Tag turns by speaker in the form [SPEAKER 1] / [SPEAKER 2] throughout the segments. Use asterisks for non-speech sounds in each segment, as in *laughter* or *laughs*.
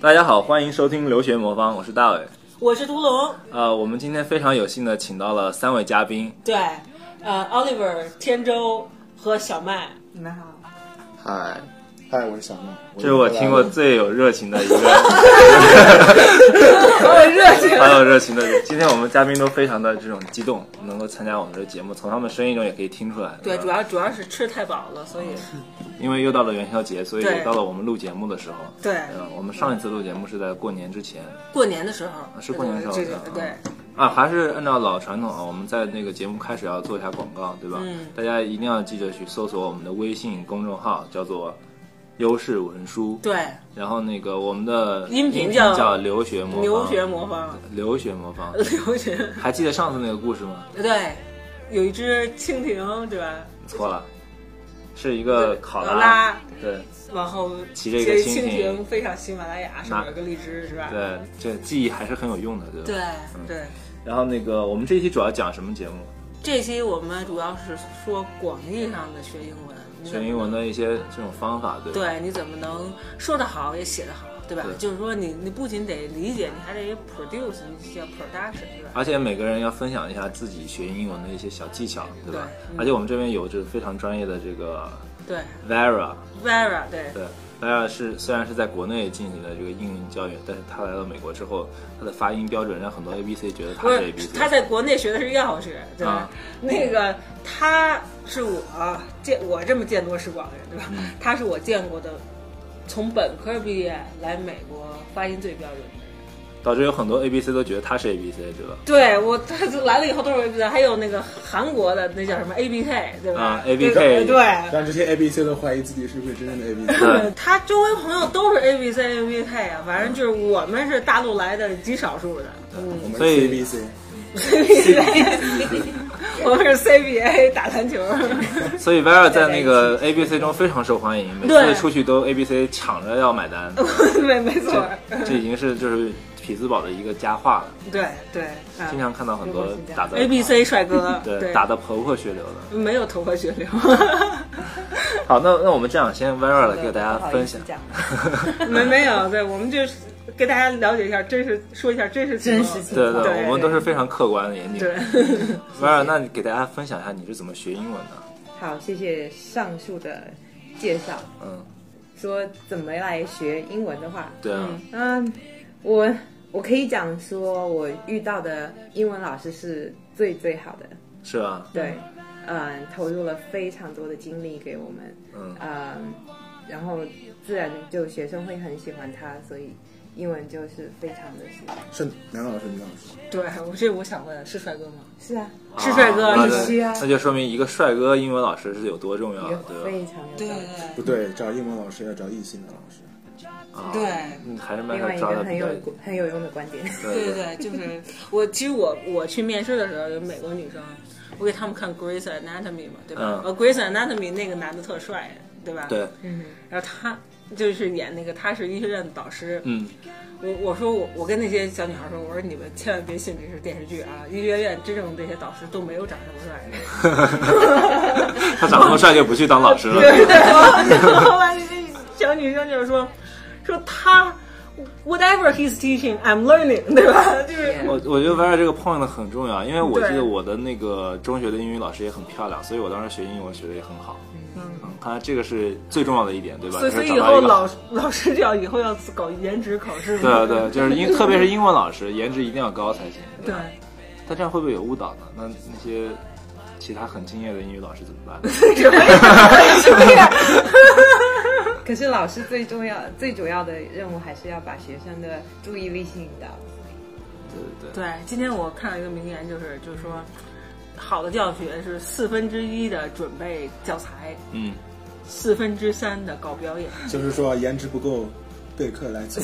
[SPEAKER 1] 大家好，欢迎收听《留学魔方》，我是大伟。
[SPEAKER 2] 我是独龙，
[SPEAKER 1] 呃，我们今天非常有幸的请到了三位嘉宾，
[SPEAKER 2] 对，呃，Oliver、天舟和小麦，
[SPEAKER 3] 你们好，
[SPEAKER 4] 嗨，
[SPEAKER 5] 嗨，哎我是小梦。
[SPEAKER 1] 这是我听过最有热情的一个，
[SPEAKER 2] *laughs*
[SPEAKER 3] 好有热情。
[SPEAKER 1] 很有热情的人。今天我们嘉宾都非常的这种激动，能够参加我们的节目，从他们声音中也可以听出来。
[SPEAKER 2] 对，
[SPEAKER 1] 呃
[SPEAKER 2] 主要主要是吃太饱了，所以
[SPEAKER 1] 哦因为又到了元宵节，所以
[SPEAKER 2] 对
[SPEAKER 1] 又到了我们录节目的时候。
[SPEAKER 2] 对
[SPEAKER 1] 嗯、我们上一次录节目是在过年之前
[SPEAKER 2] 过年的时候
[SPEAKER 1] 是过年的时候
[SPEAKER 2] 这个
[SPEAKER 1] 嗯
[SPEAKER 2] 对，
[SPEAKER 1] 啊，还是按照老传统啊，我们在那个节目开始要做一下广告，对吧？
[SPEAKER 2] 嗯
[SPEAKER 1] 大家一定要记着去搜索我们的微信公众号，叫做“优势文书”。
[SPEAKER 2] 对
[SPEAKER 1] 然后那个我们的
[SPEAKER 2] 音频
[SPEAKER 1] 叫
[SPEAKER 2] 叫
[SPEAKER 1] 留学魔方
[SPEAKER 2] 留学魔方，。
[SPEAKER 1] 留学魔方
[SPEAKER 2] *laughs* 留学
[SPEAKER 1] 还记得上次那个故事吗？
[SPEAKER 2] 对，有一只蜻蜓对吧？呃
[SPEAKER 1] 错了，是一个考
[SPEAKER 2] 拉
[SPEAKER 1] 拉，对
[SPEAKER 2] 然后
[SPEAKER 1] 骑着一
[SPEAKER 2] 一
[SPEAKER 1] 个蜻蜓
[SPEAKER 2] 蜻蜓飞上喜马拉雅，上面有个荔枝是吧？
[SPEAKER 1] 对，嗯这记忆还是很有用的，对吧？
[SPEAKER 2] 对对，
[SPEAKER 1] 然后那个我们这一期主要讲什么节目？
[SPEAKER 2] 这期我们主要是说广义上的学英文，你怎
[SPEAKER 1] 学
[SPEAKER 2] 么
[SPEAKER 1] 英文的一些这种方法，对吧？
[SPEAKER 2] 对，你怎么能说得好也写得好，对吧？
[SPEAKER 1] 对
[SPEAKER 2] 就是说你你不仅得理解，你还得 produce，你叫 production，对吧？
[SPEAKER 1] 而且每个人要分享一下自己学英文的一些小技巧，对吧？
[SPEAKER 2] 对嗯
[SPEAKER 1] 而且我们这边有这非常专业的这个
[SPEAKER 2] 对
[SPEAKER 1] Vera，
[SPEAKER 2] ，Vera，对
[SPEAKER 1] 对，Vera 是虽然是在国内进行的这个英语教育，但是他来到美国之后，他的发音标准让很多 A B C 觉得他
[SPEAKER 2] 不
[SPEAKER 1] 是
[SPEAKER 2] 是
[SPEAKER 1] A B C。
[SPEAKER 2] 他在国内学的是钥匙，对吧？
[SPEAKER 1] 啊
[SPEAKER 2] 那个他是我啊见我这么见多识广的人，对吧？
[SPEAKER 1] 嗯
[SPEAKER 2] 他是我见过的从本科毕业来美国发音最标准的。
[SPEAKER 1] 导致有很多 A B C 都觉得他是 A B C，对吧？
[SPEAKER 2] 对我，他就来了以后都是 A B C，还有那个韩国的那叫什么 A B K，对吧？
[SPEAKER 1] 啊，ABK
[SPEAKER 2] 对对，
[SPEAKER 5] 让这些 A B C 都怀疑自己是不是真正的 A B C。
[SPEAKER 1] 对，
[SPEAKER 2] 他周围朋友都是 A B C A B K 啊，反正就是我们是大陆来的极少数的，嗯，
[SPEAKER 5] 我们
[SPEAKER 1] 所以
[SPEAKER 5] A B C，
[SPEAKER 2] *laughs* 我们是 C B A 打篮球， *laughs*
[SPEAKER 1] 所以 Vera 在那个 A B C 中非常受欢迎，每次
[SPEAKER 2] 对
[SPEAKER 1] 出去都 A B C 抢着要买单，
[SPEAKER 2] 没没错，
[SPEAKER 1] 这已经是就是匹兹堡的一个佳话了，
[SPEAKER 2] 对对，啊
[SPEAKER 1] 经常看到很多打的
[SPEAKER 2] A B C 帅哥，
[SPEAKER 1] 对
[SPEAKER 2] 对，
[SPEAKER 1] 打得头破血流的。
[SPEAKER 2] 没有头发血流， *laughs*
[SPEAKER 1] 好，那那我们这样，先 Vera 来给大家
[SPEAKER 3] 不好意
[SPEAKER 1] 分
[SPEAKER 3] 思
[SPEAKER 1] 享。*laughs*
[SPEAKER 3] 讲
[SPEAKER 2] 没没有，对，我们就是给大家了解一下真实，说一下真实
[SPEAKER 3] 真
[SPEAKER 2] 情况
[SPEAKER 3] 实情
[SPEAKER 1] 对
[SPEAKER 3] 况，
[SPEAKER 2] 对
[SPEAKER 1] 我们都是非常客观的眼睛。
[SPEAKER 2] 对
[SPEAKER 1] *laughs* Vera，那你给大家分享一下你是怎么学英文的？
[SPEAKER 3] 好，谢谢上述的介绍。
[SPEAKER 1] 嗯，
[SPEAKER 3] 说怎么来学英文的话，
[SPEAKER 1] 对啊，
[SPEAKER 3] 嗯，我我可以讲说，我遇到
[SPEAKER 2] 呃
[SPEAKER 3] 的英文老师是最最好的，
[SPEAKER 1] 是啊，
[SPEAKER 3] 对，嗯，投入了非常多的精力给我们，
[SPEAKER 1] 嗯
[SPEAKER 3] 嗯，然后自然就学生会很喜欢他，所以英文就是非常的喜欢。
[SPEAKER 5] 是男老师，女老师。
[SPEAKER 2] 对，我这我想问，是帅哥吗？
[SPEAKER 3] 是啊，
[SPEAKER 2] 是帅哥
[SPEAKER 1] 那
[SPEAKER 2] 必
[SPEAKER 1] 就
[SPEAKER 3] 须啊
[SPEAKER 1] 那就说明一个帅哥英文老师是有多重要
[SPEAKER 3] 一个，
[SPEAKER 1] 对吧？
[SPEAKER 3] 非常有道理。
[SPEAKER 5] 不对，找英文老师要找异性的老师。
[SPEAKER 1] 啊，
[SPEAKER 2] 对。
[SPEAKER 1] 嗯，还是蛮
[SPEAKER 3] 另外一
[SPEAKER 1] 抓
[SPEAKER 3] 个
[SPEAKER 1] 的
[SPEAKER 3] 很
[SPEAKER 1] 比较
[SPEAKER 3] 有。很有用的观点，
[SPEAKER 2] 对对对，就是我其实我我去面试的时候有美国女生，我给他们看《Grey's Anatomy》嘛，对吧
[SPEAKER 1] 嗯？
[SPEAKER 2] 呃，《Grey's Anatomy》那个男的特帅，对吧？。
[SPEAKER 1] 对，嗯
[SPEAKER 2] 然后他就是演那个，他是医学院的导师。
[SPEAKER 1] 嗯，
[SPEAKER 2] 我我说我我跟那些小女孩说，我说你们千万别信这是电视剧啊，医学院真正的这些导师都没有长这么帅的。
[SPEAKER 1] 他长那么帅就不去当老师了。
[SPEAKER 2] 对对，然后完小女生就是说说他 whatever he's teaching I'm learning，对吧？就是。
[SPEAKER 1] 我我觉得 Vera 这个 point 很重要，因为我记
[SPEAKER 2] 对
[SPEAKER 1] 得我的那个中学的英语老师也很漂亮，所以我当时学英文学的也很好。嗯，看来这个是最重要的一点，对吧？
[SPEAKER 2] 所以，
[SPEAKER 1] 就
[SPEAKER 2] 所
[SPEAKER 1] 是
[SPEAKER 2] 以
[SPEAKER 1] 找
[SPEAKER 2] 以
[SPEAKER 1] 到
[SPEAKER 2] 后
[SPEAKER 1] 一个好
[SPEAKER 2] 老师老师就要以后要搞颜值考试嘛。
[SPEAKER 1] *laughs* 对对，就是英，特别是英文老师，颜值一定要高才行。
[SPEAKER 2] 对
[SPEAKER 1] 吧，但这样会不会有误导呢？那那些其他很敬业的英语老师怎么
[SPEAKER 2] *laughs*
[SPEAKER 1] 办？
[SPEAKER 3] 可是老师最重要、最主要的任务还是要把学生的注意力吸引到。
[SPEAKER 1] 对对对，
[SPEAKER 2] 对，今天我看到一个名言，就是就是说，好的教学是四分之一的准备教材，
[SPEAKER 1] 嗯，
[SPEAKER 2] 四分之三的搞表 *laughs* 演。
[SPEAKER 5] 就是说颜值不够，备课来凑。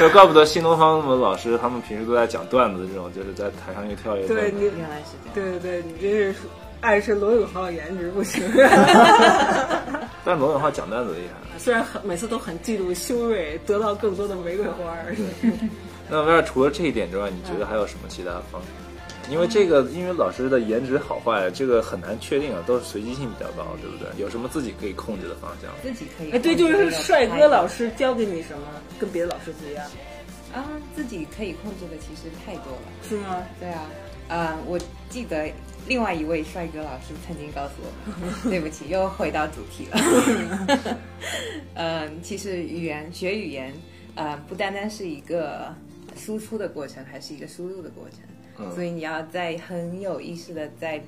[SPEAKER 1] 就怪不得新东方的老师他们平时都在讲段子，这种就是在台上越跳越
[SPEAKER 2] 对
[SPEAKER 1] 蹦
[SPEAKER 2] 你，
[SPEAKER 3] 原来是这样。
[SPEAKER 2] 对对对，你这是暗示罗永浩颜值不行。 *laughs*
[SPEAKER 1] 但罗永浩讲段子厉害。
[SPEAKER 2] 虽然很每次都很嫉妒修睿得到更多的玫瑰花儿，嗯
[SPEAKER 1] 那威尔除了这一点之外，你觉得还有什么其他方法？因为这个英语老师的颜值好坏，这个很难确定啊，都是随机性比较高，对不对？有什么自己可以控制的方向？
[SPEAKER 3] 自己可以
[SPEAKER 2] 哎，对，
[SPEAKER 3] 控
[SPEAKER 2] 就
[SPEAKER 3] 制
[SPEAKER 2] 是
[SPEAKER 3] 的
[SPEAKER 2] 帅
[SPEAKER 3] 态
[SPEAKER 2] 哥
[SPEAKER 3] 度
[SPEAKER 2] 老师教给你什么，跟别的老师不一样，
[SPEAKER 3] 啊，自己可以控制的其实太多了。
[SPEAKER 2] 是吗？
[SPEAKER 3] 对啊，啊、我记得另外一位帅哥老师曾经告诉我，对不起，又回到主题了。
[SPEAKER 1] *laughs*
[SPEAKER 3] 嗯、其实语言学语言，呃，不单单是一个输出的过程，还是一个输入的过程。
[SPEAKER 1] 嗯
[SPEAKER 3] 所以你要在很有意识的在，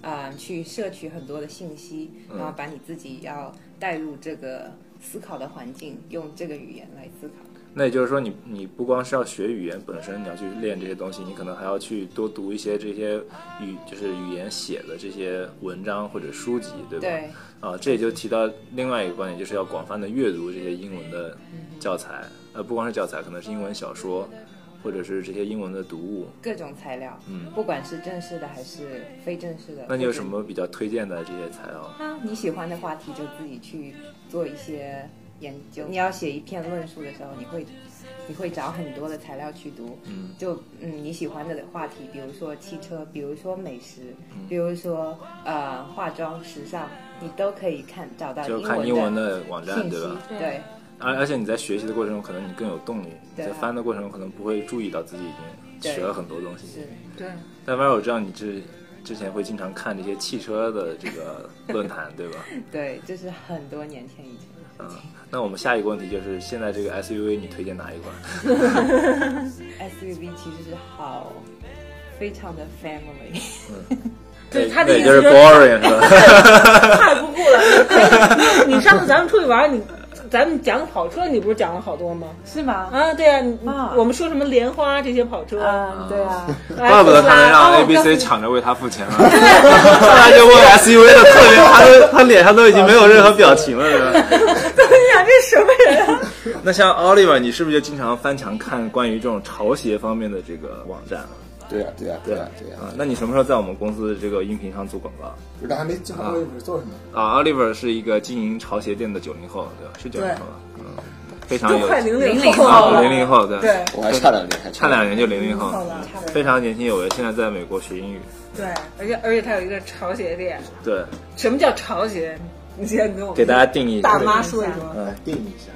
[SPEAKER 3] 啊、去摄取很多的信息，
[SPEAKER 1] 嗯
[SPEAKER 3] 然后把你自己要带入这个思考的环境，用这个语言来思考。
[SPEAKER 1] 那也就是说你，你不光是要学语言本身，你要去练这些东西，你可能还要去多读一些这些语，就是语言写的这些文章或者书籍，对吧？
[SPEAKER 3] 对，
[SPEAKER 1] 啊，这也就提到另外一个观点，就是要广泛的阅读这些英文的
[SPEAKER 3] 嗯
[SPEAKER 1] 教材，呃，不光是教材，可能是英文小说，或者是这些英文的读物。
[SPEAKER 3] 各种材料，
[SPEAKER 1] 嗯
[SPEAKER 3] 不管是正式的还是非正式的。
[SPEAKER 1] 那你有什
[SPEAKER 3] 么？
[SPEAKER 1] 么比较推荐的这些材料？
[SPEAKER 3] 啊，你喜欢的话题就自己去做一些研究。你要写一篇论述的时候，你会你会找很多的材料去读，
[SPEAKER 1] 嗯
[SPEAKER 3] 就嗯你喜欢的话题，比如说汽车，比如说美食，
[SPEAKER 1] 嗯
[SPEAKER 3] 比如说呃化妆、时尚，你都可以看找到
[SPEAKER 1] 就看英文
[SPEAKER 3] 呃的
[SPEAKER 1] 的网站，
[SPEAKER 3] 信
[SPEAKER 1] 对
[SPEAKER 3] 息
[SPEAKER 1] 吧？，
[SPEAKER 2] 对
[SPEAKER 3] 对
[SPEAKER 1] 而而且你在学习的过程中，可能你更有动力。你
[SPEAKER 3] 对
[SPEAKER 1] 在
[SPEAKER 3] 啊
[SPEAKER 1] 翻的过程中，可能不会注意到自己已经学了很多东西。
[SPEAKER 3] 是。
[SPEAKER 2] 对，
[SPEAKER 1] 但反正我知道你之之前会经常看这些汽车的这个论坛， *laughs* 对吧？
[SPEAKER 3] 对，这是很多年前以前的
[SPEAKER 1] 嗯
[SPEAKER 3] 事情。。
[SPEAKER 1] 那我们下一个问题就是，现在这个 SUV 你推荐哪一款？
[SPEAKER 3] SUV 其实是好，非常的 family。
[SPEAKER 2] 对
[SPEAKER 1] 对，
[SPEAKER 2] 他的意
[SPEAKER 1] 对
[SPEAKER 2] 思
[SPEAKER 1] 就是 boring 是 *laughs* 吧？
[SPEAKER 2] 太不酷了。哎 *laughs* 你你上次咱们出去玩，你咱们讲跑车，你不是讲了好多吗？
[SPEAKER 3] 是吗？
[SPEAKER 2] 啊，对啊，你
[SPEAKER 3] 啊
[SPEAKER 2] 我们说什么莲花这些跑车，
[SPEAKER 3] 嗯，对啊，
[SPEAKER 2] 哎
[SPEAKER 1] 怪不得他能让 A B C 抢着为他付钱 *laughs* 了，上来就问 S U V 的特别，他都他脸上都已经没有任何表情了，对吧？
[SPEAKER 2] 你俩这什么人啊？
[SPEAKER 1] *laughs* 那像 Oliver，你是不是就经常翻墙看关于这种潮鞋方面的这个网站？
[SPEAKER 5] 对呀、对呀、对呀、对呀、
[SPEAKER 1] 啊，那你什么时候在我们公司的这个音频上做广告？
[SPEAKER 5] 不是还没讲过，你是做什么？
[SPEAKER 1] 啊，Oliver 是一个经营潮鞋店的九零后，对吧？是九零后吧？嗯，非常
[SPEAKER 2] 都
[SPEAKER 1] 有
[SPEAKER 2] 快零零
[SPEAKER 3] 零零
[SPEAKER 2] 后
[SPEAKER 3] 后
[SPEAKER 1] 啊，
[SPEAKER 2] 了，
[SPEAKER 1] 零零后对，
[SPEAKER 2] 对
[SPEAKER 4] 我还差两年，还
[SPEAKER 1] 差两年就零零
[SPEAKER 2] 零
[SPEAKER 1] 后
[SPEAKER 2] 后，了，
[SPEAKER 1] 非常年轻有为，现在在美国学英语，
[SPEAKER 2] 对，而且而且他有一个潮鞋店，
[SPEAKER 1] 对，
[SPEAKER 2] 什么叫潮鞋？你先跟我们
[SPEAKER 1] 给大家定义一下
[SPEAKER 2] 大
[SPEAKER 1] 这个
[SPEAKER 2] 妈说一说，
[SPEAKER 1] 嗯
[SPEAKER 5] 来定义一下。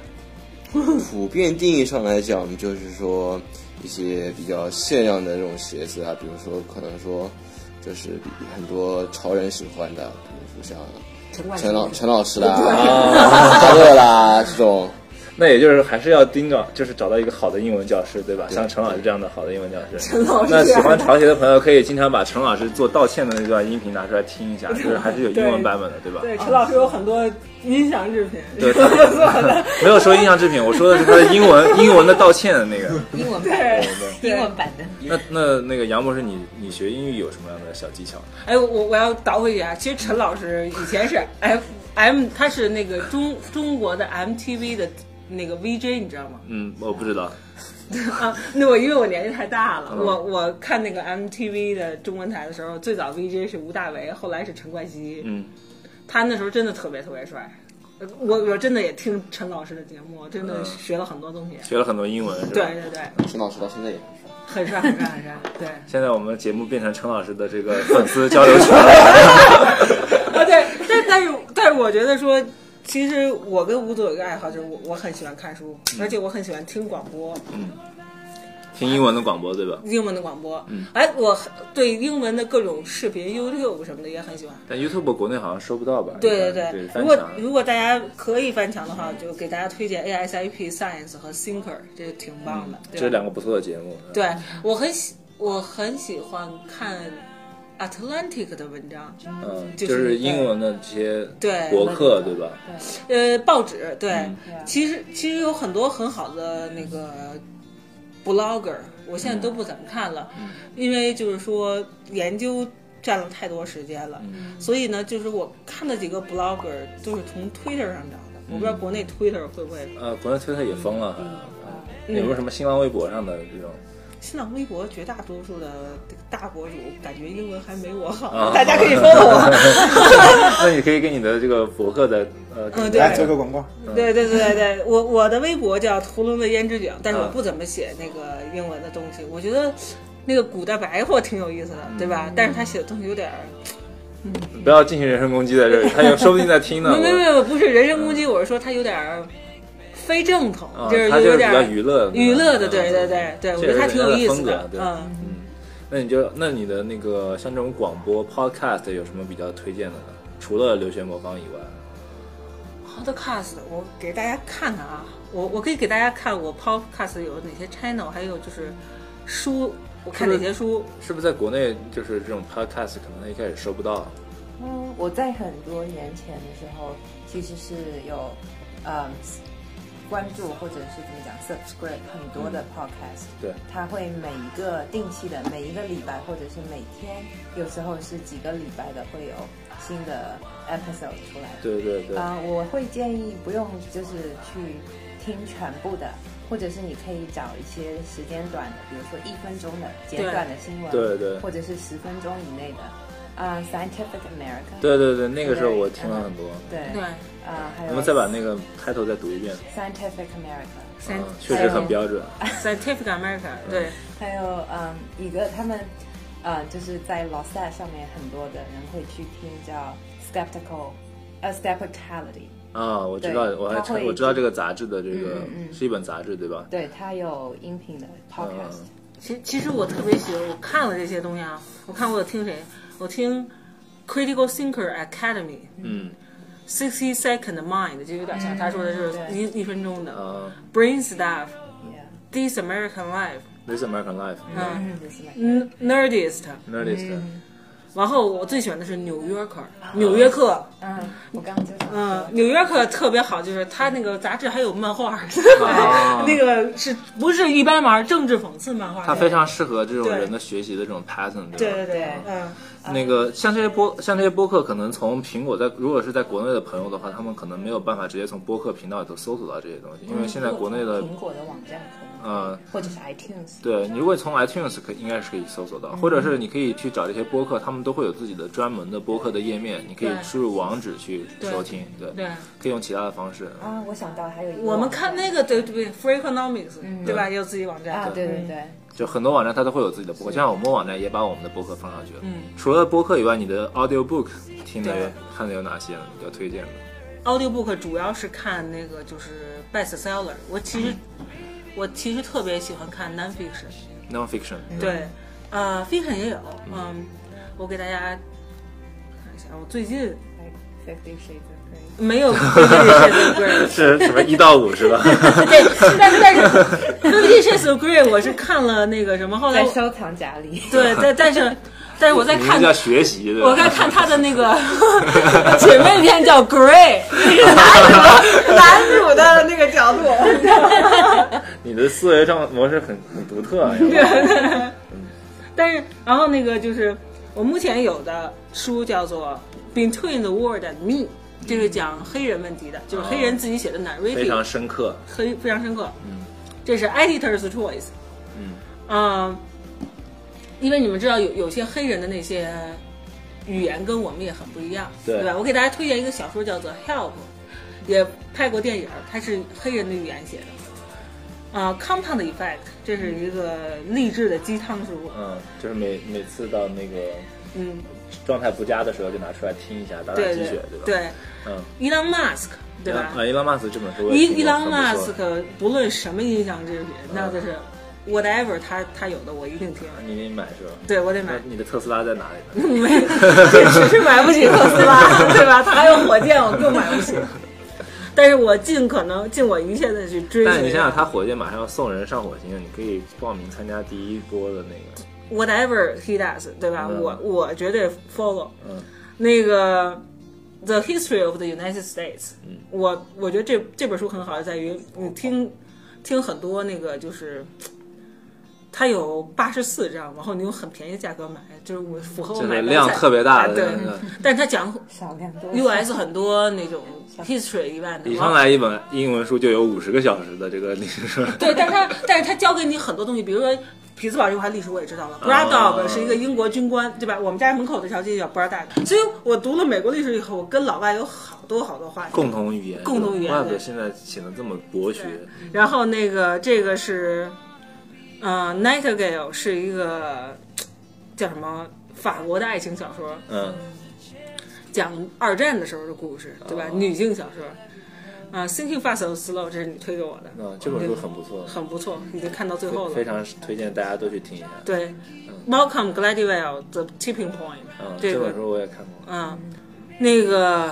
[SPEAKER 4] 普遍定义上来讲，就是说一些比较限量的那种鞋子啊，比如说可能说就是比很多潮人喜欢的，比如说像陈老陈老师啦、
[SPEAKER 2] *laughs*
[SPEAKER 4] 啊大乐啦这种，
[SPEAKER 1] 那也就是还是要盯着，就是找到一个好的英文教师，对吧？像陈老师这样的好的英文教师。
[SPEAKER 2] *laughs*
[SPEAKER 1] 陈
[SPEAKER 2] 老师啊
[SPEAKER 1] 那喜欢潮鞋的朋友可以经常把陈老师做道歉的那段音频拿出来听一
[SPEAKER 2] *laughs*
[SPEAKER 1] 下，就是还是有英文版本的，对吧？
[SPEAKER 2] 对，陈老师有很多音响制品， *laughs*
[SPEAKER 1] 对，没有说音像制品，我说的是他的英文英文的道歉的那个。
[SPEAKER 3] 英文版的，
[SPEAKER 2] 对
[SPEAKER 3] 英文版的。
[SPEAKER 1] 那那那个杨博士，你你学英语有什么样的小技巧？
[SPEAKER 2] 哎，我我要倒回去啊！其实陈老师以前是 F M，他是那个中中国的 MTV 的那个 VJ，你知道吗？
[SPEAKER 1] 嗯，我不知道。
[SPEAKER 2] 啊，那我因为我年纪太大了，我我看那个 MTV 的中文台的时候，最早 VJ 是吴大维，后来是陈冠希，
[SPEAKER 1] 嗯，
[SPEAKER 2] 他那时候真的特别特别帅。呃我我真的也听陈老师的节目，真的学了很多东西。
[SPEAKER 1] 学了很多英文，是吧？
[SPEAKER 2] 对。对对，
[SPEAKER 4] 陈老师到现在也很帅。
[SPEAKER 2] 很帅很帅很帅。对，
[SPEAKER 1] 现在我们节目变成陈老师的这个粉丝交流群了。
[SPEAKER 2] *laughs* 啊对，但但是但是我觉得说，其实我跟吴总有一个爱好，就是我我很喜欢看书，而且我很喜欢听广播。
[SPEAKER 1] 听英文的广播，对吧？
[SPEAKER 2] 英文的广播，哎，我很对英文的各种视频、YouTube 什么的也很喜欢。
[SPEAKER 1] 但 YouTube 国内好像收不到吧？
[SPEAKER 2] 对
[SPEAKER 1] 一般
[SPEAKER 2] 对，
[SPEAKER 1] 翻
[SPEAKER 2] 如果
[SPEAKER 1] 墙
[SPEAKER 2] 如果大家可以翻墙的话，就给大家推荐 ASIP Science 和 Thinker，这挺棒的，
[SPEAKER 1] 这是
[SPEAKER 2] 对吧？
[SPEAKER 1] 两个不错的节目。
[SPEAKER 2] 对我很喜我很喜欢看 Atlantic 的文章，
[SPEAKER 1] 嗯，
[SPEAKER 2] 就
[SPEAKER 1] 就是是英文的这些
[SPEAKER 2] 对
[SPEAKER 1] 博客，对吧？
[SPEAKER 2] 呃，报纸对，
[SPEAKER 1] 嗯
[SPEAKER 3] 对
[SPEAKER 2] 其实其实有很多很好的那个 blogger，我现在
[SPEAKER 1] 嗯
[SPEAKER 2] 都不怎么看了，因为就是说研究占了太多时间了，
[SPEAKER 1] 嗯
[SPEAKER 2] 所以呢，就是我看的几个 blogger 都是从 Twitter 上找的，我不知
[SPEAKER 1] 嗯
[SPEAKER 2] 道国内 Twitter 会不会，
[SPEAKER 1] 呃，国内推特也封了，好像
[SPEAKER 2] 嗯
[SPEAKER 1] 嗯有没有什么新浪微博上的这种？
[SPEAKER 2] 新浪微博绝大多数的这个大博主感觉英文还没我好，
[SPEAKER 1] 啊
[SPEAKER 2] 嗯大家可以 follow 我。
[SPEAKER 1] *laughs* 那你可以给你的这个博客的呃，
[SPEAKER 2] 嗯对
[SPEAKER 5] 来做个广告，
[SPEAKER 2] 对对对对对，我我的微博叫“屠龙的胭脂卷”，但是我
[SPEAKER 1] 嗯
[SPEAKER 2] 不怎么写那个英文的东西。我觉得那个古代白话挺有意思
[SPEAKER 1] 嗯
[SPEAKER 2] 的，对吧？但是他写的东西有点儿，
[SPEAKER 1] 不要进行人身攻击在这里，他有说不定在听呢。
[SPEAKER 2] 没没
[SPEAKER 1] 我嗯
[SPEAKER 2] 没有，不是人身攻击，我是说他有点儿非正统，
[SPEAKER 1] 啊，
[SPEAKER 2] 就是
[SPEAKER 1] 他就
[SPEAKER 2] 有
[SPEAKER 1] 是比
[SPEAKER 2] 点
[SPEAKER 1] 较
[SPEAKER 2] 儿
[SPEAKER 1] 娱乐
[SPEAKER 2] 娱乐的，对
[SPEAKER 1] 嗯
[SPEAKER 2] 对对对，
[SPEAKER 1] 这
[SPEAKER 2] 我觉得
[SPEAKER 1] 也
[SPEAKER 2] 他
[SPEAKER 1] 是
[SPEAKER 2] 挺有
[SPEAKER 1] 人
[SPEAKER 2] 意
[SPEAKER 1] 家的
[SPEAKER 2] 思
[SPEAKER 1] 风
[SPEAKER 2] 的
[SPEAKER 1] 格，对
[SPEAKER 2] 嗯。
[SPEAKER 1] 那你就那你的那个像这种广播 podcast 有什么比较推荐的呢？除了留学魔方以外，
[SPEAKER 2] Podcast，我给大家看看啊，我我可以给大家看我 Podcast 有哪些 channel，还有就是书，我看
[SPEAKER 1] 是
[SPEAKER 2] 哪
[SPEAKER 1] 不是
[SPEAKER 2] 些书。
[SPEAKER 1] 是不是在国内就是这种 podcast 可能一开始收不到？
[SPEAKER 3] 嗯，我在很多年前的时候，其实是有，嗯，关注或者是怎么讲，subscribe 很多的 podcast，、
[SPEAKER 1] 对，
[SPEAKER 3] 它会每一个定期的每一个礼拜或者是每天，有时候是几个礼拜的会有新的 episode 出来。
[SPEAKER 1] 对对对，
[SPEAKER 3] 啊、我会建议不用就是去听全部的，或者是你可以找一些时间短的，比如说一分钟的简短的新闻，
[SPEAKER 1] 对对
[SPEAKER 3] 或者是十分钟以内的。啊、s c i e n t i f i c America，
[SPEAKER 1] 对对对，那个时候我听了很多。
[SPEAKER 3] 对
[SPEAKER 2] 对
[SPEAKER 3] 啊、还有
[SPEAKER 1] 我们再把那个开头再读一遍，
[SPEAKER 3] Scientific America，
[SPEAKER 1] 嗯
[SPEAKER 2] 三，
[SPEAKER 1] 确实很标准。
[SPEAKER 3] 嗯
[SPEAKER 2] Scientific America，对，
[SPEAKER 3] 还有嗯一个他们呃就是在 l o s t a 上面很多的人会去听叫 skeptical，呃 skepticality，
[SPEAKER 1] 啊，我知
[SPEAKER 3] 对
[SPEAKER 1] 道，我还
[SPEAKER 3] 它会
[SPEAKER 1] 我知道这个杂志的这个
[SPEAKER 3] 嗯嗯嗯
[SPEAKER 1] 是一本杂志对吧？
[SPEAKER 3] 对，它有音频的
[SPEAKER 1] 嗯
[SPEAKER 3] podcast，、
[SPEAKER 2] 其实其实我特别喜欢，我看了这些东西啊，我看我有听谁，我听 Critical Thinker Academy。
[SPEAKER 1] 嗯
[SPEAKER 2] Sixty Second Mind 就有点像他说的就是
[SPEAKER 3] 嗯对嗯
[SPEAKER 2] 一一分钟的
[SPEAKER 1] 啊
[SPEAKER 2] Brain Stuff、
[SPEAKER 3] yeah,
[SPEAKER 2] This American Life、
[SPEAKER 1] ，This American Life，嗯
[SPEAKER 3] 嗯，就是那个
[SPEAKER 2] N- Nerdist，
[SPEAKER 1] ，Nerdist，
[SPEAKER 2] 嗯然后我最喜欢的是《纽约客》，《纽约客》
[SPEAKER 3] 嗯，我刚刚就想
[SPEAKER 2] 嗯，《
[SPEAKER 3] 说，
[SPEAKER 2] 纽约客》特别好，就是它那个杂志还有漫画儿，
[SPEAKER 1] 哦
[SPEAKER 2] *laughs* 那个是不是一般玩儿政治讽刺漫画？
[SPEAKER 1] 它非常适合这种
[SPEAKER 2] 对
[SPEAKER 1] 人的学习的这种 pattern，
[SPEAKER 2] 对
[SPEAKER 1] 吧？
[SPEAKER 2] 对对，嗯，
[SPEAKER 1] 那个像这些播像这些播客，可能从苹果在如果是在国内的朋友的话，他们可能没有办法直接从播客频道里头搜索到这些东西，
[SPEAKER 2] 嗯
[SPEAKER 1] 因为现在国内的
[SPEAKER 3] 苹果的网站可能，
[SPEAKER 1] 呃，
[SPEAKER 3] 或者是 iTunes，
[SPEAKER 1] 对你如果从 iTunes 可以应该是可以搜索到，或者是你可以去找这些播客，他们都会有自己的专门的播客的页面，你可以
[SPEAKER 2] 对
[SPEAKER 1] 输入网址去收听，对，
[SPEAKER 2] 对
[SPEAKER 1] 可以用其他的方式。
[SPEAKER 3] 啊，我想到还有一个网站，
[SPEAKER 2] 我们看那个对对对，Freakonomics 对吧？也有自己网
[SPEAKER 3] 啊，
[SPEAKER 2] 站，
[SPEAKER 3] 对对对，
[SPEAKER 1] 就很多网站它都会有自己的播客，就像我们网站也把我们的播客放上去了。嗯，除了播客以外，你的 audio book 听的
[SPEAKER 2] 对
[SPEAKER 1] 看的有哪些呢比较推荐的？
[SPEAKER 2] ，Audiobook 主要是看那个就是 bestseller。我其实我其实特别喜欢看 nonfiction，
[SPEAKER 3] 嗯
[SPEAKER 1] nonfiction，
[SPEAKER 2] 对，呃，fiction 也有，嗯，我给大家看一下，我最近
[SPEAKER 3] 还 Fifty Shades of Grey，
[SPEAKER 2] 没
[SPEAKER 3] *laughs*
[SPEAKER 2] 有 *laughs* Fifty Shades of
[SPEAKER 1] 是什么一到五是吧？
[SPEAKER 2] Grey，对，但是但是 Fifty Shades of Grey 我是看了那个什么，后来
[SPEAKER 3] 在
[SPEAKER 2] 我
[SPEAKER 3] 收藏夹里，
[SPEAKER 2] 对，但
[SPEAKER 1] *laughs*
[SPEAKER 2] 但是但是我在
[SPEAKER 1] 你们
[SPEAKER 2] 看
[SPEAKER 1] 叫学习的，
[SPEAKER 2] 我在看他的
[SPEAKER 1] *laughs*
[SPEAKER 2] 那个姐妹篇叫 Grey，
[SPEAKER 3] 男主的那个角度，
[SPEAKER 1] 你的思维上模式很很独特
[SPEAKER 2] *laughs*
[SPEAKER 1] 啊。要不
[SPEAKER 2] 但是然后那个就是我目前有的书叫做《Between the World and Me》。就是讲黑人问题的，就是黑人自己写的 narrative，
[SPEAKER 1] 非常深刻，
[SPEAKER 2] 很非常深刻。嗯，这是 editor's choice。
[SPEAKER 1] 嗯，
[SPEAKER 2] 啊、因为你们知道有有些黑人的那些语言跟我们也很不一样，
[SPEAKER 1] 对
[SPEAKER 2] 吧？我给大家推荐一个小说叫做《Help》，也拍过电影，它是黑人的语言写的。啊、c o m p o u n d Effect》这是一个励志的鸡汤书。
[SPEAKER 1] 嗯，就是每每次到那个
[SPEAKER 2] 嗯，
[SPEAKER 1] 状态不佳的时候，就拿出来听一下，打打
[SPEAKER 2] 对
[SPEAKER 1] 鸡血
[SPEAKER 2] 对，
[SPEAKER 1] 吧？对，
[SPEAKER 2] 对，
[SPEAKER 1] 嗯，
[SPEAKER 2] 伊朗 Musk 对吧？
[SPEAKER 1] 啊，伊朗马斯这本书我
[SPEAKER 2] 伊
[SPEAKER 1] 也听过，
[SPEAKER 2] 伊朗马
[SPEAKER 1] 很不
[SPEAKER 2] 斯
[SPEAKER 1] 错嗯
[SPEAKER 2] 克不论什么音响制品，那就是 whatever 他他有的我一定听，
[SPEAKER 1] 你得买是吧？
[SPEAKER 2] 对我得
[SPEAKER 1] 那
[SPEAKER 2] 买，
[SPEAKER 1] 你的特斯拉在哪
[SPEAKER 2] *laughs*
[SPEAKER 1] 里呢？
[SPEAKER 2] 确实买不起特斯
[SPEAKER 1] *laughs*
[SPEAKER 2] 拉，对吧？他还有火箭，我更买不起。但是我尽可能尽我一切的去追
[SPEAKER 1] 但你
[SPEAKER 2] 随
[SPEAKER 1] 想想，他火箭马上要送人上火星，你可以报名参加第一波的那个，
[SPEAKER 2] whatever he does，对吧？
[SPEAKER 1] 嗯
[SPEAKER 2] 我我绝对 follow。
[SPEAKER 1] 嗯，
[SPEAKER 2] 那个 The History of the United States，、我
[SPEAKER 1] 嗯
[SPEAKER 2] 我觉得这这本书很好，就在于你听听很多那个就是。它有八十四章，然后你用很便宜的价格买，就是我符合我
[SPEAKER 1] 就
[SPEAKER 2] 买
[SPEAKER 1] 是
[SPEAKER 2] 的
[SPEAKER 1] 量
[SPEAKER 2] 菜
[SPEAKER 1] 特别大
[SPEAKER 2] 啊
[SPEAKER 1] 的
[SPEAKER 2] 对，
[SPEAKER 1] 那个，
[SPEAKER 2] 但是它讲
[SPEAKER 3] 少量多
[SPEAKER 2] U.S. 很多那种 history 以外的，
[SPEAKER 1] 你上来一本英文书就有五十个小时的这个历史，
[SPEAKER 2] 对，但是他但是他教给你很多东西，比如说匹兹堡这块历史我也知道
[SPEAKER 1] 哦
[SPEAKER 2] 了 b r a d o g 是一个英国军官，对吧？我们家门口这条街叫 b r a d o g 所以我读了美国历史以后，我跟老外有好多好多话题。
[SPEAKER 1] 共同语言，
[SPEAKER 2] 共同语言
[SPEAKER 1] 怪不得
[SPEAKER 2] 对
[SPEAKER 1] 现在显得这么博学，
[SPEAKER 2] 然后那个这个是呃，Nightingale 是一个叫什么法国的爱情小说，
[SPEAKER 1] 嗯
[SPEAKER 2] 讲二战的时候的故事，对吧？
[SPEAKER 1] 哦
[SPEAKER 2] 女性小说，啊、t h i n k i n g Fast and Slow 这是你推给我的，
[SPEAKER 1] 嗯，这本书很不错，
[SPEAKER 2] 很不错，你就看到最后
[SPEAKER 1] 非
[SPEAKER 2] 了。
[SPEAKER 1] 常推荐大家都去听一下。
[SPEAKER 2] 对、m a l c o l m Gladwell 的 Tipping Point，、
[SPEAKER 1] 嗯，
[SPEAKER 2] 这
[SPEAKER 1] 这本
[SPEAKER 2] 个
[SPEAKER 1] 书我也看过。
[SPEAKER 2] 啊，那个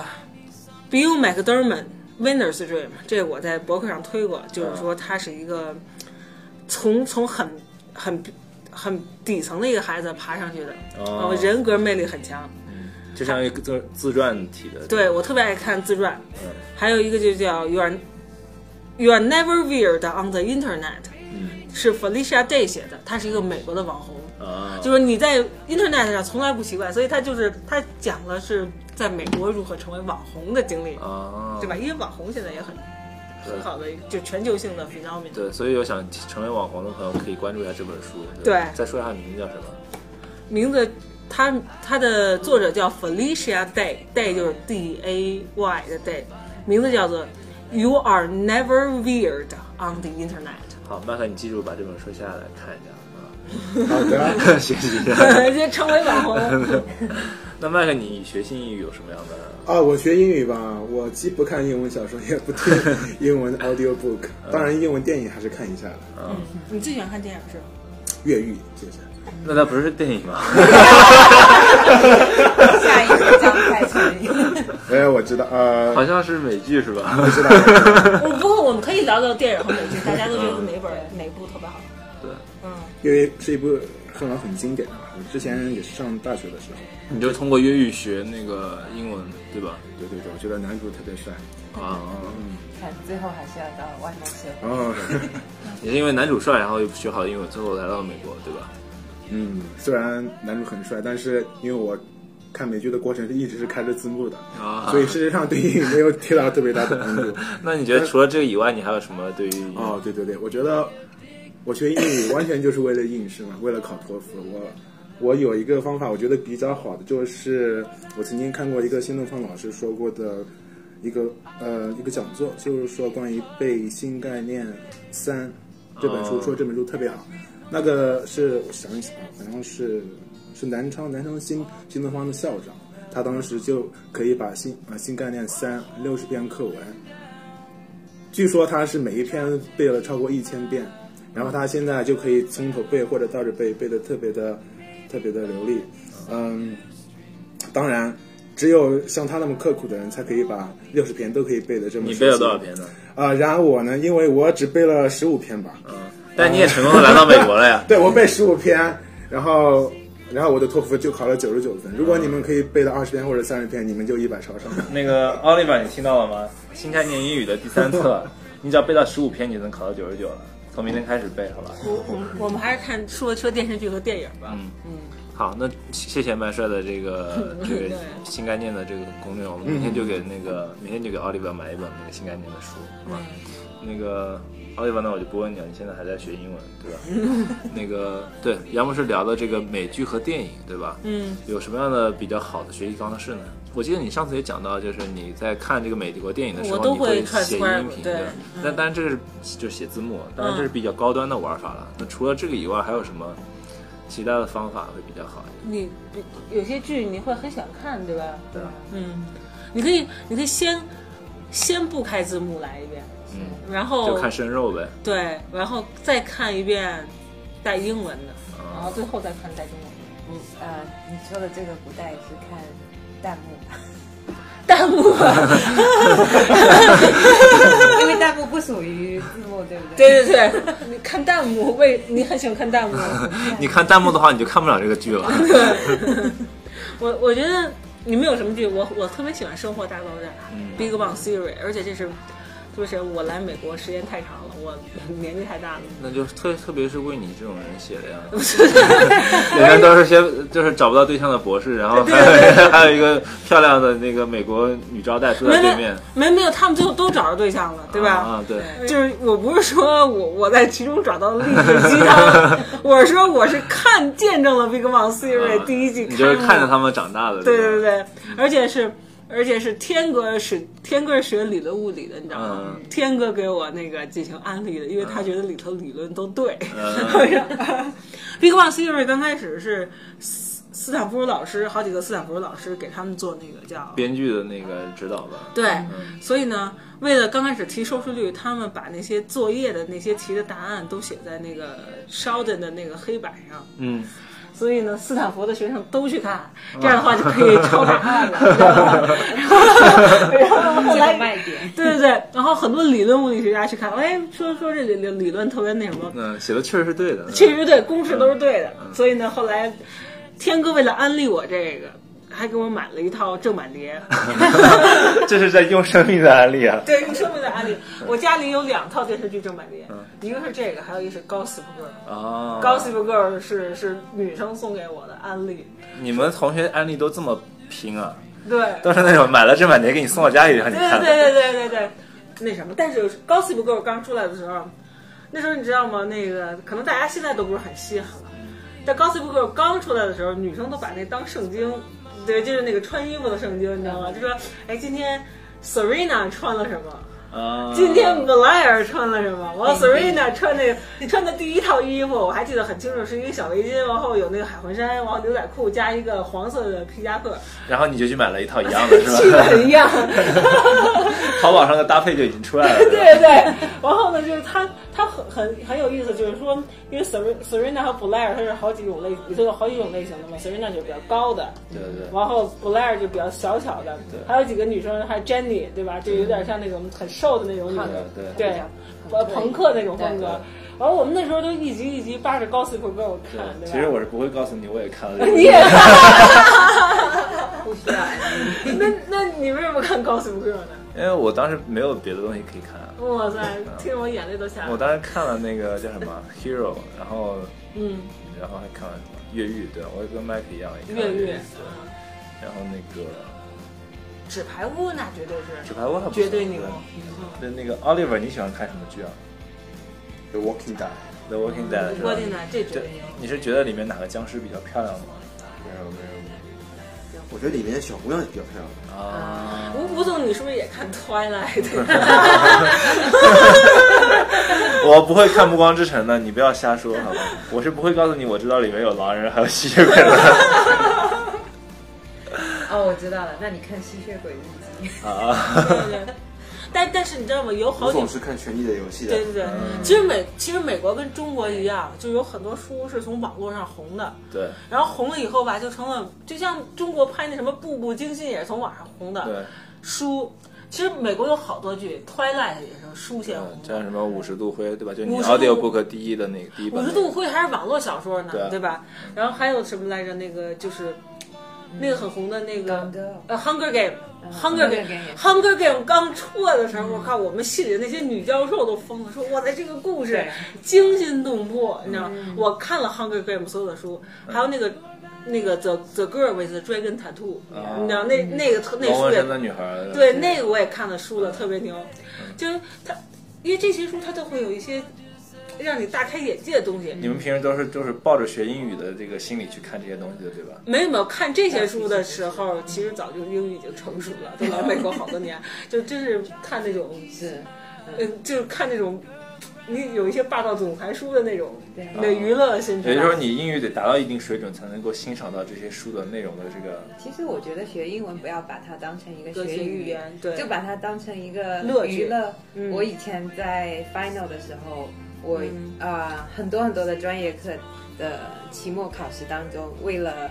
[SPEAKER 2] Bill McDermott Winner's Dream，这个我在博客上推过，
[SPEAKER 1] 啊
[SPEAKER 2] 就是说他是一个从从很很很底层的一个孩子爬上去的，
[SPEAKER 1] 哦
[SPEAKER 2] 呃人格魅力很强。
[SPEAKER 1] 就像一个自自传体的，
[SPEAKER 2] 对我特别爱看自传，
[SPEAKER 1] 嗯
[SPEAKER 2] 还有一个就叫 You are You are never weird on the internet，
[SPEAKER 1] 嗯
[SPEAKER 2] 是 Felicia Day 写的，她是一个美国的网红。
[SPEAKER 1] 啊，
[SPEAKER 2] 就是你在 Internet 上从来不奇怪，所以他就是他讲的是在美国如何成为网红的经历，
[SPEAKER 1] 啊，
[SPEAKER 2] 对吧？？因为网红现在也很
[SPEAKER 1] 对
[SPEAKER 2] 很好的，就全球性的 phenomenon。
[SPEAKER 1] 对，所以有想成为网红的朋友可以关注一下这本书。吧
[SPEAKER 2] 对
[SPEAKER 1] 再说一下名字叫什么？
[SPEAKER 2] 名字，他他的作者叫 Felicia Day，Day 就是 D A Y 的 Day，名字叫做 You Are Never Weird on the
[SPEAKER 1] *laughs*
[SPEAKER 2] Internet，
[SPEAKER 1] 好，麦克，你记住把这本书下来看一下
[SPEAKER 5] 好的，
[SPEAKER 1] 啊，学习一下。
[SPEAKER 2] 就成为网红。
[SPEAKER 1] *laughs* 那麦克，你学新语有什么样的？
[SPEAKER 5] *laughs* 啊，我学英语吧，我既不看英文小说，也不听英文的 audio book，当然英文电影还是看一下的。
[SPEAKER 1] 嗯，
[SPEAKER 2] 你最喜欢看电影是吧？
[SPEAKER 5] 越狱就是，
[SPEAKER 1] 那它不是电影吗？ *laughs*
[SPEAKER 3] 下一个张开春，
[SPEAKER 5] 哎，我知道，呃，
[SPEAKER 1] 好像是美剧是吧？ *laughs*
[SPEAKER 5] 我知道，
[SPEAKER 2] 我不过我们可以聊聊电影和美剧，大家都觉得哪本哪部特别好？
[SPEAKER 1] 对，
[SPEAKER 5] 因为是一部很老很经典的嘛，我之前也是上大学的时候，
[SPEAKER 1] 你就通过越狱学那个英文，对吧？
[SPEAKER 5] 对对对，我觉得男主特别帅，
[SPEAKER 1] 啊，
[SPEAKER 3] 看最后还是要到外面去。
[SPEAKER 5] 然后，
[SPEAKER 1] 也是因为男主帅，然后又学好英文，最后来到美国，对吧？
[SPEAKER 5] *laughs* 嗯，虽然男主很帅，但是因为我看美剧的过程是一直是开着字幕的，
[SPEAKER 1] 啊
[SPEAKER 5] 所以事实上对英语没有起到特别大的帮助。
[SPEAKER 1] 那你觉得除了这个以外，你还有什么对于
[SPEAKER 5] 哦，对对对，我觉得我学英语完全就是为了应试嘛，为了考托福。我我有一个方法，我觉得比较好的，就是我曾经看过一个新东方老师说过的一个呃一个讲座，就是说关于背新概念三这本书，
[SPEAKER 1] 哦
[SPEAKER 5] 说这本书特别好。那个是我想一想，啊，好像是是南昌南昌新新东方的校长。他当时就可以把新啊新概念三六十篇课文，据说他是每一篇背了超过一千遍，然后他现在就可以从头背或者倒着背，背的特别的特别的流利。嗯，当然，只有像他那么刻苦的人才可以把六十篇都可以背的这么
[SPEAKER 1] 你
[SPEAKER 5] 熟
[SPEAKER 1] 背了
[SPEAKER 5] 悉
[SPEAKER 1] 多少篇呢？
[SPEAKER 5] 啊、然而我呢，因为我只背了十五篇吧，。
[SPEAKER 1] 嗯，但你也成功的来到美国了呀
[SPEAKER 5] 对我背十五篇，然后。然后我的托福就考了九十九分。如果你们可以背到二十篇或者三十篇，你们就一百朝上。
[SPEAKER 1] *laughs* 那个奥利弗，你听到了吗？新概念英语的第三 *laughs* 册，你只要背到十五篇，你就能考到九十九了。从明天开始背，好吧？
[SPEAKER 2] 我我我们还是看说说电视剧和电影吧。
[SPEAKER 1] 嗯好，那谢谢麦帅的这个这个
[SPEAKER 2] 对
[SPEAKER 1] 新概念的这个攻略，我们明天就给那个明天就给奥利弗买一本那个新概念的书，好吧？那个奥利弗，那我就不问你了，你现在还在学英文，对吧？
[SPEAKER 2] *laughs*
[SPEAKER 1] 那个对，杨博士聊的这个美剧和电影，对吧？
[SPEAKER 2] 嗯，
[SPEAKER 1] 有什么样的比较好的学习方式呢？我记得你上次也讲到，就是你在看这个美国电影的时候，
[SPEAKER 2] 我都
[SPEAKER 1] 你
[SPEAKER 2] 会
[SPEAKER 1] 会写音
[SPEAKER 2] transcribe，
[SPEAKER 1] 频
[SPEAKER 2] 对
[SPEAKER 1] 吧
[SPEAKER 2] 嗯
[SPEAKER 1] 但当然这是就是写字幕，当然这是比较高端的玩法了。那除了这个以外，还有什么其他的方法会比较好一
[SPEAKER 2] 你有些剧你会很想看，对吧？
[SPEAKER 1] 点？对吧？
[SPEAKER 2] 嗯，你可以你可以先先不开字幕来一遍，
[SPEAKER 1] 嗯，
[SPEAKER 2] 然后
[SPEAKER 1] 就看生肉呗。 *laughs*
[SPEAKER 2] 对，然后再看一遍带英文的，然后
[SPEAKER 1] 啊，
[SPEAKER 2] 最后再看带中文的。
[SPEAKER 3] 你呃，你说的这个古代也是看弹幕吧？
[SPEAKER 2] 弹幕啊， *laughs*
[SPEAKER 3] 因为弹幕不属于字幕，对不对？
[SPEAKER 2] 对对对，你看弹幕，为你很喜欢看弹幕。
[SPEAKER 1] 你看弹幕的话，你就看不了这个剧了。
[SPEAKER 2] 我我觉得你们有什么剧？我我特别喜欢《生活大爆炸》
[SPEAKER 1] 嗯
[SPEAKER 2] Big Bang Theory》，而且这是就是我来美国时间太长了，我 *laughs* 年纪太大了。
[SPEAKER 1] 那就特特别是为你这种人写
[SPEAKER 2] *laughs*
[SPEAKER 1] 的呀，人家都是些就是找不到对象的博士，然后还有 *laughs* 还有一个漂亮的那个美国女招待坐在
[SPEAKER 2] 没
[SPEAKER 1] 对
[SPEAKER 2] 没
[SPEAKER 1] 面，
[SPEAKER 2] 没没有，他们最后都找着对象了，对吧？
[SPEAKER 1] 啊，对，
[SPEAKER 2] 就是我不是说我我在其中找到励志鸡汤，
[SPEAKER 1] *laughs*
[SPEAKER 2] 我是说我是看见证了《Big Bang Theory
[SPEAKER 1] 啊》
[SPEAKER 2] 第一季，
[SPEAKER 1] 你就是看着他们长大的，嗯
[SPEAKER 2] 对
[SPEAKER 1] 对
[SPEAKER 2] 对
[SPEAKER 1] 吧，
[SPEAKER 2] 对，而且是而且是天哥是天哥学理论物理的，你知道吗？
[SPEAKER 1] 嗯
[SPEAKER 2] 天哥给我那个进行安利的，因为他觉得里头理论都对。Big
[SPEAKER 1] 嗯
[SPEAKER 2] *laughs* Bang Theory 刚开始是斯斯坦福老师，好几个斯坦福老师给他们做那个叫
[SPEAKER 1] 编剧的那个指导吧。
[SPEAKER 2] 对，所以呢，为了刚开始提收视率，他们把那些作业的那些题的答案都写在那个 Sheldon 的那个黑板上。
[SPEAKER 1] 嗯，
[SPEAKER 2] 所以呢，斯坦福的学生都去看，这样的话就可以抄答案了，你知道吗？然后然后后
[SPEAKER 3] 这
[SPEAKER 2] 来
[SPEAKER 3] 个卖点，
[SPEAKER 2] 对对对，然后很多理论物理学家去看，哎，说说这理论理论特别那什么，
[SPEAKER 1] 嗯，写的确实是对的。
[SPEAKER 2] 确实对，公式都是对的。所以呢，后来天哥为了安利我这个，还给我买了一套正版碟。
[SPEAKER 1] 这是在用生命的案例啊。
[SPEAKER 2] 对，用生命的安利，我家里有两套电视剧正版碟，一个是这个，还有一个是《Gossip Girl》。
[SPEAKER 1] 啊，
[SPEAKER 2] *laughs* 《Gossip Girl》是是女生送给我的安利，
[SPEAKER 1] 你们同学案例都这么拼啊？
[SPEAKER 2] 对，
[SPEAKER 1] 都是那种买了正版碟给你送到家里让你
[SPEAKER 2] 对
[SPEAKER 1] 看的。
[SPEAKER 2] 对对对对对，那什么，但是《Gossip Girl》刚出来的时候，那时候你知道吗？那个可能大家现在都不是很稀罕了，但《Gossip Girl》刚出来的时候，女生都把那当圣经，对，就是那个穿衣服的圣经，你知道吗？就说，哎，今天 Serena 穿了什么？
[SPEAKER 1] 啊，
[SPEAKER 2] 今天 Malaya 穿了什么？我 Serena 穿那个穿的第一套衣服，我还记得很清楚，是一个小围巾，然后有那个海魂衫，然后牛仔裤加一个黄色的皮夹克，
[SPEAKER 1] 然后你就去买了一套一样的，
[SPEAKER 2] 气
[SPEAKER 1] 是吧？
[SPEAKER 2] 得一样。
[SPEAKER 1] 淘宝上的搭配就已经出来了。对吧
[SPEAKER 2] *laughs* 对对，然后呢，就是他他很很很有意思，就是说，因为 Serena Serena 和 Blair 它是好几种类，里头有好几种类型的嘛，Serena 就比较高的，
[SPEAKER 1] 对对
[SPEAKER 2] 然后 Blair 就比较小巧的，还有几个女生，还有 Jenny 对吧？就有点像那种很瘦的那种女生，
[SPEAKER 1] 对对
[SPEAKER 2] 对，呃朋克那种风格。然后我们那时候都一集一集扒着 Gossip Girl 看，对吧？
[SPEAKER 1] 其实我是不会告诉你，我也看了。
[SPEAKER 2] *laughs*
[SPEAKER 1] *laughs*
[SPEAKER 2] 你也看，不需要。 *laughs* 那那你为什么看 Gossip Girl 呢？
[SPEAKER 1] 因为我当时没有别的东西可以看啊。
[SPEAKER 2] 哇塞，听着我眼泪都下来
[SPEAKER 1] 我
[SPEAKER 2] 了。
[SPEAKER 1] 当时看了那个叫什么《Hero》，然后
[SPEAKER 2] 嗯。
[SPEAKER 1] 然后还看了什么《越狱》，对吧，我也跟 Mike 一样也看了
[SPEAKER 2] 越
[SPEAKER 1] 狱
[SPEAKER 2] 狱》，嗯
[SPEAKER 1] 对然后那个
[SPEAKER 2] 纸牌屋那绝对是
[SPEAKER 1] 纸牌屋还不错
[SPEAKER 2] 绝对牛。
[SPEAKER 1] 对那个 Oliver，你喜欢看什么剧啊？
[SPEAKER 4] The Walking
[SPEAKER 1] 《
[SPEAKER 4] Dead，
[SPEAKER 1] The Walking Dead》是吧
[SPEAKER 2] 我？的呢，这绝
[SPEAKER 1] 这
[SPEAKER 2] 对牛。
[SPEAKER 1] 你是觉得里面哪个僵尸比较漂亮吗？
[SPEAKER 4] 没有没有没有，我觉得里面的小姑娘比较漂亮。
[SPEAKER 1] 啊，
[SPEAKER 2] *laughs* 吴吴总，你是不是也
[SPEAKER 3] *laughs*
[SPEAKER 2] 看 Twilight？
[SPEAKER 1] *laughs* 我不会看《暮光之城》的，你不要瞎说，好吧？我是不会告诉你，我知道里面有狼人还有吸血鬼的 *laughs*
[SPEAKER 3] 哦，我知道了，那你看吸血鬼日记，
[SPEAKER 1] 啊。
[SPEAKER 2] 对对但但是你知道吗？有好
[SPEAKER 4] 我
[SPEAKER 2] 几
[SPEAKER 4] 总是看《权力的游戏》的
[SPEAKER 2] 对，对对，其实美其实美国跟中国一样，就有很多书是从网络上红的，
[SPEAKER 1] 对
[SPEAKER 2] 然后红了以后吧，就成了就像中国拍那什么《步步惊心》也是从网上红的
[SPEAKER 1] 对，
[SPEAKER 2] 书。其实美国有好多剧，《Twilight》也是书先红
[SPEAKER 1] 嗯，
[SPEAKER 2] 的
[SPEAKER 1] 像。什么五十度灰，对吧？就是你
[SPEAKER 2] 50度
[SPEAKER 1] audiobook 第一的那个第一本
[SPEAKER 2] 五
[SPEAKER 1] 那
[SPEAKER 2] 十
[SPEAKER 1] 个。
[SPEAKER 2] 度灰还是网络小说呢，
[SPEAKER 1] 对啊
[SPEAKER 2] 对吧？然后还有什么来着？那个就是
[SPEAKER 3] 嗯
[SPEAKER 2] 那个很红的那个
[SPEAKER 3] Gone Girl
[SPEAKER 2] 呃《Hunger Game》。Hunger
[SPEAKER 3] 嗯 Hunger 嗯
[SPEAKER 2] Game，
[SPEAKER 3] Game
[SPEAKER 2] Hunger Game 刚出来的时候，我靠，我们系里的那些女教授都疯了，说哇塞，这个故事
[SPEAKER 3] 对嗯
[SPEAKER 2] 惊心动魄，你知道吗？我看了 Hunger Game 所有的书，还有那个那个 The The Girl with the Dragon Tattoo，
[SPEAKER 1] 啊
[SPEAKER 2] 你知道那那个特那
[SPEAKER 1] 龙
[SPEAKER 2] 书
[SPEAKER 1] 纹
[SPEAKER 2] 也
[SPEAKER 1] 身的嗯女孩儿，
[SPEAKER 2] 对，那个我也看了书了，特别牛。就是它，因为这些书它都会有一些让你大开眼界的东西。
[SPEAKER 1] 你们平时都是就是抱着学英语的这个心理去看这些东西的，对吧？
[SPEAKER 2] 没有没有看这
[SPEAKER 1] 哎
[SPEAKER 2] 些书的时候，其实早就英语已经成熟了，都来美国好
[SPEAKER 1] *laughs*
[SPEAKER 2] 多年，就真是看那种，
[SPEAKER 3] 是
[SPEAKER 2] 嗯，就是看那种，你有一些霸道总裁书的那种
[SPEAKER 3] 对
[SPEAKER 2] 那娱乐性质
[SPEAKER 1] 哦也
[SPEAKER 2] 吧。
[SPEAKER 1] 就是说，你英语得达到一定水准，才能够欣赏到这些书的内容的这个。
[SPEAKER 3] 其实我觉得学英文不要把它当成一个
[SPEAKER 2] 学
[SPEAKER 3] 学
[SPEAKER 2] 语
[SPEAKER 3] 语
[SPEAKER 2] 言对
[SPEAKER 3] 就把它当成一个
[SPEAKER 2] 乐趣
[SPEAKER 3] 娱乐。
[SPEAKER 2] 嗯
[SPEAKER 3] 我以前在 final 的时候，我
[SPEAKER 2] 嗯
[SPEAKER 3] 啊、呃很多很多的专业课的期末考试当中，为了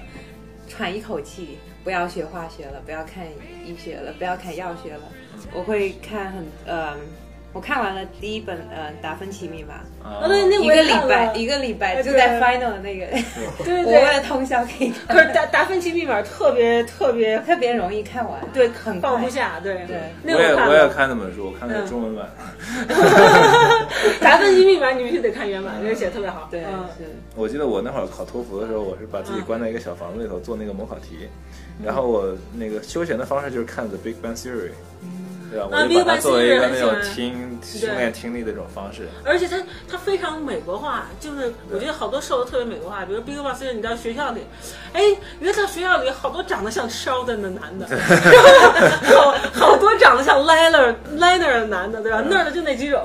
[SPEAKER 3] 喘一口气，不要学化学了，不要看医学了，不要看药学了，我会看很呃，我看完了第一本呃《达芬奇密码》。
[SPEAKER 1] 啊
[SPEAKER 2] 啊，对，那
[SPEAKER 3] *laughs* 一
[SPEAKER 2] 我也
[SPEAKER 3] 个礼
[SPEAKER 2] 看
[SPEAKER 3] 拜，
[SPEAKER 2] 了
[SPEAKER 3] 一个礼拜
[SPEAKER 2] 哎
[SPEAKER 3] 就在
[SPEAKER 2] 对
[SPEAKER 3] final 的 *laughs* 那个，
[SPEAKER 2] 对对
[SPEAKER 3] 我为了
[SPEAKER 2] 对。
[SPEAKER 3] 通宵可 *laughs* 以看，
[SPEAKER 2] 可是达达芬奇密码特别特别，
[SPEAKER 3] 特别容易看完，
[SPEAKER 2] 对，
[SPEAKER 3] 很快
[SPEAKER 2] 放不下，对
[SPEAKER 3] 对
[SPEAKER 1] 我
[SPEAKER 2] 那
[SPEAKER 1] 也
[SPEAKER 2] 看
[SPEAKER 1] 我
[SPEAKER 2] 了
[SPEAKER 1] 也。看那本书，我看的
[SPEAKER 2] 嗯
[SPEAKER 1] 中文版。
[SPEAKER 2] *laughs* 达芬奇密码你必须得看原版，人家写得特别好。
[SPEAKER 3] 对，
[SPEAKER 2] 嗯
[SPEAKER 3] 是。
[SPEAKER 1] 我记得我那会儿考托福的时候，我是把自己关在一个小房子里头做那个模考题，然后我那个休闲的方式就是看《The Big Bang Theory》。对吧？
[SPEAKER 2] 啊
[SPEAKER 1] 我就把它
[SPEAKER 2] Big Bang
[SPEAKER 1] 作为一个
[SPEAKER 2] Theory
[SPEAKER 1] 那种
[SPEAKER 2] 很喜欢
[SPEAKER 1] 听训练听力的一种方式。
[SPEAKER 2] 而且它它非常美国化，就是我觉得好多瘦的特别美国化，比如 Big Boss，你到学校里，哎，原来到学校里好多长得像 Sheldon 的男
[SPEAKER 1] *laughs*
[SPEAKER 2] 的，然后好好多长得像 Liner Liner 的男的，
[SPEAKER 1] 嗯
[SPEAKER 2] 对吧？那儿的就那几种，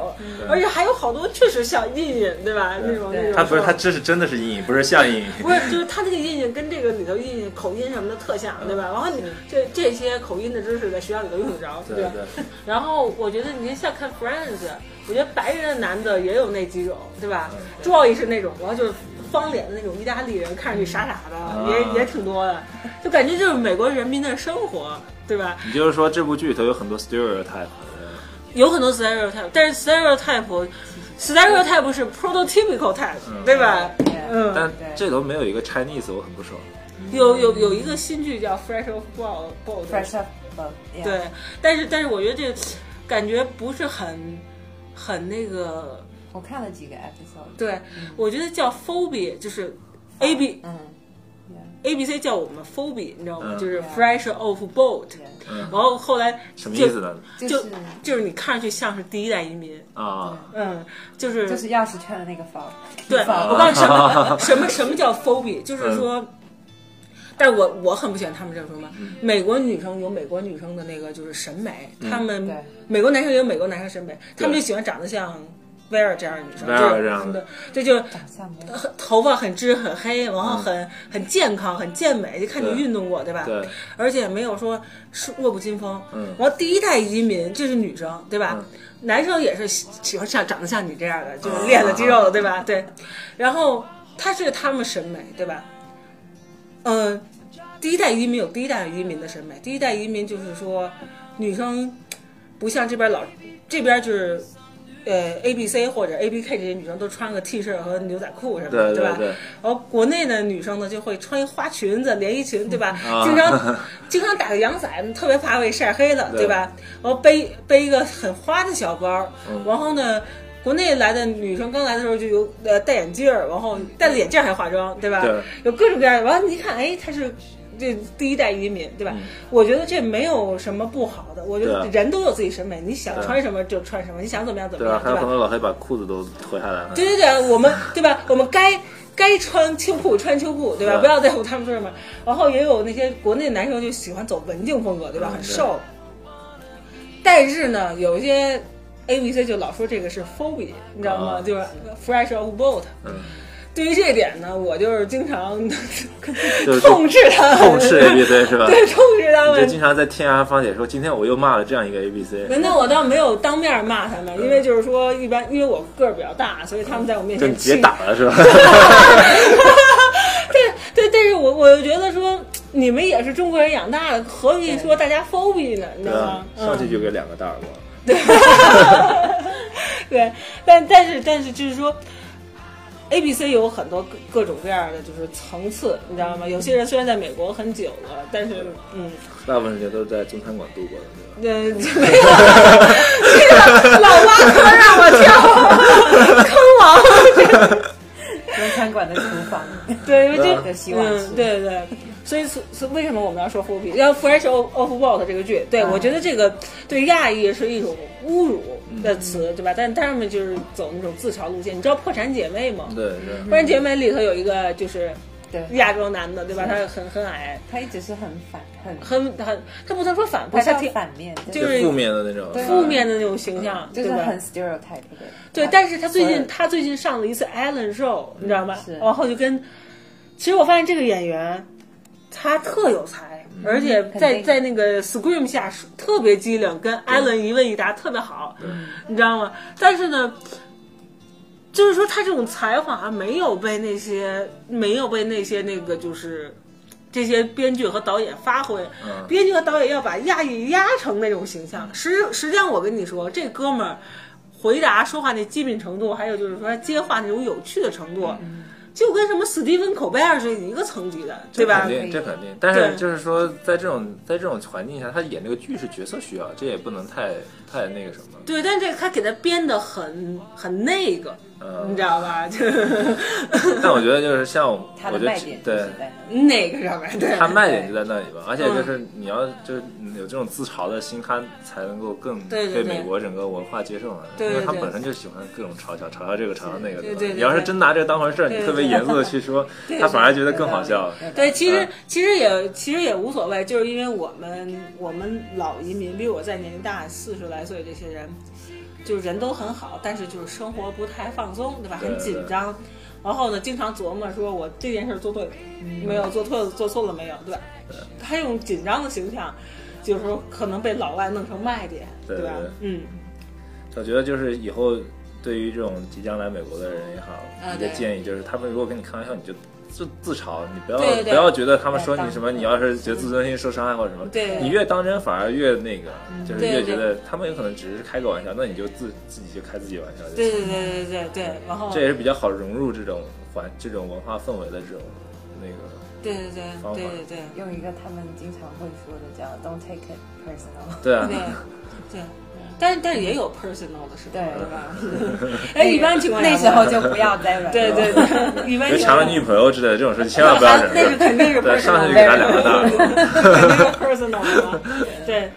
[SPEAKER 2] 而且还有好多确实像印印，对吧？那种那种瘦。
[SPEAKER 1] 嗯他不是，他这是真的是阴影，不是像
[SPEAKER 2] *laughs*
[SPEAKER 1] 阴影。
[SPEAKER 2] 不是，就是他那个印印跟这个里头印印口音什么的特像，对吧？
[SPEAKER 1] 嗯
[SPEAKER 2] 然后你这这些口音的知识在学校里头用得着，
[SPEAKER 1] 对
[SPEAKER 2] 吧？
[SPEAKER 1] 对，
[SPEAKER 2] 然后我觉得你像看 Friends，我觉得白人的男的也有那几种，对吧？Joy
[SPEAKER 1] 嗯
[SPEAKER 2] 是那种，然后就是方脸的那种意大利人，看上去傻傻的，
[SPEAKER 1] 啊
[SPEAKER 2] 也也挺多的，就感觉就是美国人民的生活，对吧？
[SPEAKER 1] 你就是说这部剧里头有很多 stereotype，
[SPEAKER 2] 哦有很多 stereotype，但是 stereotype。stereotype 是 prototypical type，、
[SPEAKER 1] 嗯
[SPEAKER 2] 对吧？嗯，
[SPEAKER 1] 但这里头没有一个 Chinese，我很不爽。
[SPEAKER 2] 有有有一个新剧叫《Fresh of Ball Ball》的
[SPEAKER 3] fresh up，yeah
[SPEAKER 2] 对，但是但是我觉得这感觉不是很很那个，
[SPEAKER 3] 我看了几个 episode，
[SPEAKER 2] 对
[SPEAKER 1] 嗯
[SPEAKER 2] 我觉得叫 phobia，就是
[SPEAKER 1] 啊
[SPEAKER 2] A B
[SPEAKER 3] 嗯
[SPEAKER 2] A B C 叫我们 phobia，你知道吗？
[SPEAKER 1] 嗯
[SPEAKER 2] 就是
[SPEAKER 3] 对
[SPEAKER 2] fresh off boat，
[SPEAKER 3] ，yeah，
[SPEAKER 1] 嗯
[SPEAKER 2] 然后后来
[SPEAKER 1] 什么意思
[SPEAKER 2] 就？
[SPEAKER 1] 呢？
[SPEAKER 3] 就
[SPEAKER 2] 就是就是你看上去像是第一代移民，
[SPEAKER 1] 啊，
[SPEAKER 2] 嗯，就是
[SPEAKER 3] 就是钥匙圈的那个 *laughs* 房，
[SPEAKER 2] 对，
[SPEAKER 3] 房
[SPEAKER 2] 我告诉你
[SPEAKER 1] *laughs*
[SPEAKER 2] 什么什么什么叫 phobia，就是
[SPEAKER 1] 嗯
[SPEAKER 2] 说，但我我很不喜欢他们这种嘛。美国女生有美国女生的那个就是审美，
[SPEAKER 1] 嗯
[SPEAKER 2] 他们
[SPEAKER 3] 对啊
[SPEAKER 2] 美国男生也有美国男生审美，他们就喜欢长得像 Vera 这样的女生，
[SPEAKER 1] Vera
[SPEAKER 2] 就是
[SPEAKER 1] 这样的
[SPEAKER 2] 对，这就是
[SPEAKER 3] 长相没有
[SPEAKER 2] 很头发很直很黑，然后很很健康很健美，就看你
[SPEAKER 1] 对
[SPEAKER 2] 运动过对吧？
[SPEAKER 1] 对，
[SPEAKER 2] 而且没有说是弱不禁风。
[SPEAKER 1] 嗯
[SPEAKER 2] 然后第一代移民这是女生，对吧？
[SPEAKER 1] 嗯
[SPEAKER 2] 男生也是喜喜欢像长得像你这样的，
[SPEAKER 1] 啊
[SPEAKER 2] 就是练了肌肉的，对吧？对。然后他是他们审美，对吧？嗯、第一代移民有第一代移民的审美，第一代移民就是说女生不像这边老这边就是。呃，A B C 或者 A B K 这些女生都穿个 T 恤和牛仔裤什么的，
[SPEAKER 1] 对对
[SPEAKER 2] 吧？
[SPEAKER 1] 对
[SPEAKER 2] 然后国内的女生呢，就会穿一花裙子、连衣裙，对吧？
[SPEAKER 1] 啊
[SPEAKER 2] 经常
[SPEAKER 1] *laughs*
[SPEAKER 2] 经常打个阳伞，特别怕被晒黑的，
[SPEAKER 1] 对
[SPEAKER 2] 对吧？然后背背一个很花的小包，
[SPEAKER 1] 嗯
[SPEAKER 2] 然后呢，国内来的女生刚来的时候就有呃戴眼镜儿，然后戴了眼镜儿还化妆，对吧？
[SPEAKER 1] 对
[SPEAKER 2] 有各种各样的。然后你一看，哎，她是。这第一代移民，对吧？我觉得这没有什么不好的。我觉
[SPEAKER 1] 嗯
[SPEAKER 2] 得
[SPEAKER 1] 对啊
[SPEAKER 2] 人都有自己审美，你想
[SPEAKER 1] 对
[SPEAKER 2] 穿什么就穿什么，你想怎么样怎么
[SPEAKER 1] 对
[SPEAKER 2] 样
[SPEAKER 1] 啊，，还有
[SPEAKER 2] 吧
[SPEAKER 1] 很？多老黑把裤子都脱下来了。
[SPEAKER 2] 对对对，我们对吧？我们该该穿秋裤穿秋裤，对吧？
[SPEAKER 1] 对
[SPEAKER 2] 不要在乎他们说什么。然后也有那些国内男生就喜欢走文静风格，对吧？
[SPEAKER 1] 嗯
[SPEAKER 2] 很
[SPEAKER 1] 对
[SPEAKER 2] 瘦。但是呢，有一些 A B C 就老说这个是 phobia，你知道吗？
[SPEAKER 1] 啊
[SPEAKER 2] 就是 fresh off boat。
[SPEAKER 1] 嗯
[SPEAKER 2] 对于这一点呢，我就是经常 *laughs*
[SPEAKER 1] 就是
[SPEAKER 2] 痛斥他们，
[SPEAKER 1] 痛斥 A B C 是吧？
[SPEAKER 2] 对，痛斥他
[SPEAKER 1] 你就
[SPEAKER 2] 们
[SPEAKER 1] 经。常在天涯发帖说，今天我又骂了这样一个 A B C，
[SPEAKER 2] 那我倒没有当面骂他们，因为就是说，一般因为我个儿比较大，所以他们在我面
[SPEAKER 1] 就
[SPEAKER 2] 前
[SPEAKER 1] 你直接
[SPEAKER 2] 气
[SPEAKER 1] 打了是
[SPEAKER 2] *laughs*
[SPEAKER 1] 吧？
[SPEAKER 2] 啊对对，但是我我觉得说你们也是中国人养大的，何必说大家 phobia 呢？你知
[SPEAKER 1] 对
[SPEAKER 2] 道
[SPEAKER 1] 啊
[SPEAKER 2] 吗，？
[SPEAKER 1] 上去
[SPEAKER 2] 嗯、
[SPEAKER 1] 就给两个大耳光。
[SPEAKER 2] 嗯对，但但是但是就是说。A、B、C 有很多各各种各样的就是层次，你知道吗？有些人虽然在美国很久了，但是嗯，
[SPEAKER 1] 大部分时间都是在中餐馆度过的，对吧？
[SPEAKER 2] 呃，没有，这个老挖坑让我跳，坑王。
[SPEAKER 3] 中餐馆的厨房， *laughs*
[SPEAKER 2] 对，因为
[SPEAKER 1] 啊
[SPEAKER 2] 这
[SPEAKER 3] 的希望是
[SPEAKER 2] 嗯，对对。所以，所所以为什么我们要说 phobia？要 fresh off off boat 这个剧，对、
[SPEAKER 3] 啊
[SPEAKER 2] 我觉得这个对亚裔是一种侮辱
[SPEAKER 3] 嗯
[SPEAKER 2] 的词，对吧？但他们就是走那种自嘲路线。你知道《破产姐妹》吗？
[SPEAKER 1] 对对，
[SPEAKER 2] 破产姐妹》里头有一个就是
[SPEAKER 3] 对，
[SPEAKER 2] 亚洲男的，对吧？他很很矮，
[SPEAKER 3] 他一直是很反，很
[SPEAKER 2] 很很，他不能说反
[SPEAKER 3] 他
[SPEAKER 2] 叛，他
[SPEAKER 3] 叫
[SPEAKER 2] 挺
[SPEAKER 3] 反面，
[SPEAKER 2] 就
[SPEAKER 1] 就是负面的那种，
[SPEAKER 2] 负面的那种形象，
[SPEAKER 3] 就
[SPEAKER 2] 对
[SPEAKER 3] 是
[SPEAKER 2] 吧？
[SPEAKER 3] 很 stereotype 的。
[SPEAKER 2] 对，但是他最
[SPEAKER 3] 所
[SPEAKER 2] 近
[SPEAKER 3] 以嗯
[SPEAKER 2] 他最近上了一次 Allen Show，你知道吧？
[SPEAKER 3] 是
[SPEAKER 2] 然后就跟，其实我发现这个演员他特有才，而且在
[SPEAKER 3] 嗯肯定
[SPEAKER 2] 在那个 Scream 下特别机灵，跟 Allen 一问一答特别好，
[SPEAKER 3] 嗯
[SPEAKER 2] 你知道吗？但是呢。就是说，他这种才华没有被那些没有被那些那个就是这些编剧和导演发挥，
[SPEAKER 1] 嗯
[SPEAKER 2] 编剧和导演要把亚裔压成那种形象。实实际上，我跟你说，这哥们儿回答说话那机敏程度，还有就是说他接话那种有趣的程度，
[SPEAKER 1] 嗯
[SPEAKER 2] 就跟什么史蒂芬·口贝尔是一个层级的，对
[SPEAKER 1] 这
[SPEAKER 2] 吧
[SPEAKER 1] 肯？定，这肯定。但是就是说，在这种在这种环境下，他演这个剧是角色需要，这也不能太太那个什么。
[SPEAKER 2] 对，但这他给他编的很很那个，
[SPEAKER 1] 呃
[SPEAKER 2] 你，知道吧？ *laughs* 就是
[SPEAKER 1] 但我觉得就是像我，
[SPEAKER 3] 它
[SPEAKER 1] 我
[SPEAKER 3] 的
[SPEAKER 1] 觉得
[SPEAKER 3] 卖
[SPEAKER 1] 其
[SPEAKER 3] 点就是
[SPEAKER 1] 对。
[SPEAKER 3] 在那
[SPEAKER 2] 那
[SPEAKER 3] 里
[SPEAKER 2] 个上面对嗯
[SPEAKER 1] 它卖点就在那里吧，而且就是你要就是有这种自嘲的心，它才能够更
[SPEAKER 2] 对对
[SPEAKER 1] 被
[SPEAKER 2] 对
[SPEAKER 1] 美国整个文化接受嘛。
[SPEAKER 2] 对对
[SPEAKER 1] 因为他
[SPEAKER 2] 对
[SPEAKER 1] 本身就喜欢各种嘲笑，嘲笑这个，嘲笑那个。
[SPEAKER 2] 对对
[SPEAKER 1] 吧
[SPEAKER 2] 对对
[SPEAKER 1] 你要是真拿这个当回事儿，
[SPEAKER 2] 对
[SPEAKER 1] 你
[SPEAKER 2] 对
[SPEAKER 1] 特别严肃的去说，他反而觉得更好笑。
[SPEAKER 2] 对，其实
[SPEAKER 1] 嗯
[SPEAKER 2] 其实也其实也无所谓，就是因为我们我们老移民，比我在年龄大四十来岁这些人，就是人都很好，但是就是生活不太放松，对吧？
[SPEAKER 1] 对
[SPEAKER 2] 很紧张，然后呢，经常琢磨说我这件事做对了
[SPEAKER 1] 嗯
[SPEAKER 2] 没有，做错了做错了没有，对吧？他用紧张的形象，就是说可能被老外弄成卖点，
[SPEAKER 1] 对
[SPEAKER 2] 吧
[SPEAKER 1] 对对？
[SPEAKER 2] 嗯，
[SPEAKER 1] 我觉得就是以后对于这种即将来美国的人也好，
[SPEAKER 3] 啊
[SPEAKER 1] 一个
[SPEAKER 3] 对
[SPEAKER 1] 建议就是，他们如果跟你开玩笑，你就自自嘲，你不要
[SPEAKER 2] 对对对嗯
[SPEAKER 1] 不要觉得他们说你
[SPEAKER 3] 当
[SPEAKER 1] 什么，你要是觉得自尊心受伤害啊或者什么，
[SPEAKER 2] 对嗯
[SPEAKER 1] 你越当真反而越那个，就是
[SPEAKER 2] 对
[SPEAKER 1] 越
[SPEAKER 2] 对
[SPEAKER 1] 觉得他们有可能只是开个玩笑，那你就自自己就开自己玩笑就行。
[SPEAKER 2] 对对对对对对，然后
[SPEAKER 1] 这也是比较好融入这种环这种文化氛围的这种那个，
[SPEAKER 2] 对对对
[SPEAKER 1] 方法
[SPEAKER 2] 对对对
[SPEAKER 3] 用一个他们经常会说的叫 “Don't take it personal”。
[SPEAKER 1] 对啊
[SPEAKER 3] *laughs*
[SPEAKER 2] 对，对，但是但是也有 personal 的时候，
[SPEAKER 3] 对
[SPEAKER 2] 对吧？
[SPEAKER 3] *laughs*
[SPEAKER 2] 哎， *laughs* 一般情况下
[SPEAKER 3] 那时候就不要再软。
[SPEAKER 2] 对对对，一般
[SPEAKER 1] 就
[SPEAKER 2] 情
[SPEAKER 1] 缠了
[SPEAKER 2] 况下啊
[SPEAKER 1] 女朋友之类的这种事，千万不要
[SPEAKER 2] 那是
[SPEAKER 1] 忍着。
[SPEAKER 2] 肯定是
[SPEAKER 1] 对，上
[SPEAKER 2] personal
[SPEAKER 1] 去
[SPEAKER 2] 的
[SPEAKER 1] 就给他两个大
[SPEAKER 3] *laughs*
[SPEAKER 1] 耳光。
[SPEAKER 2] 那个 personal 嘛，对，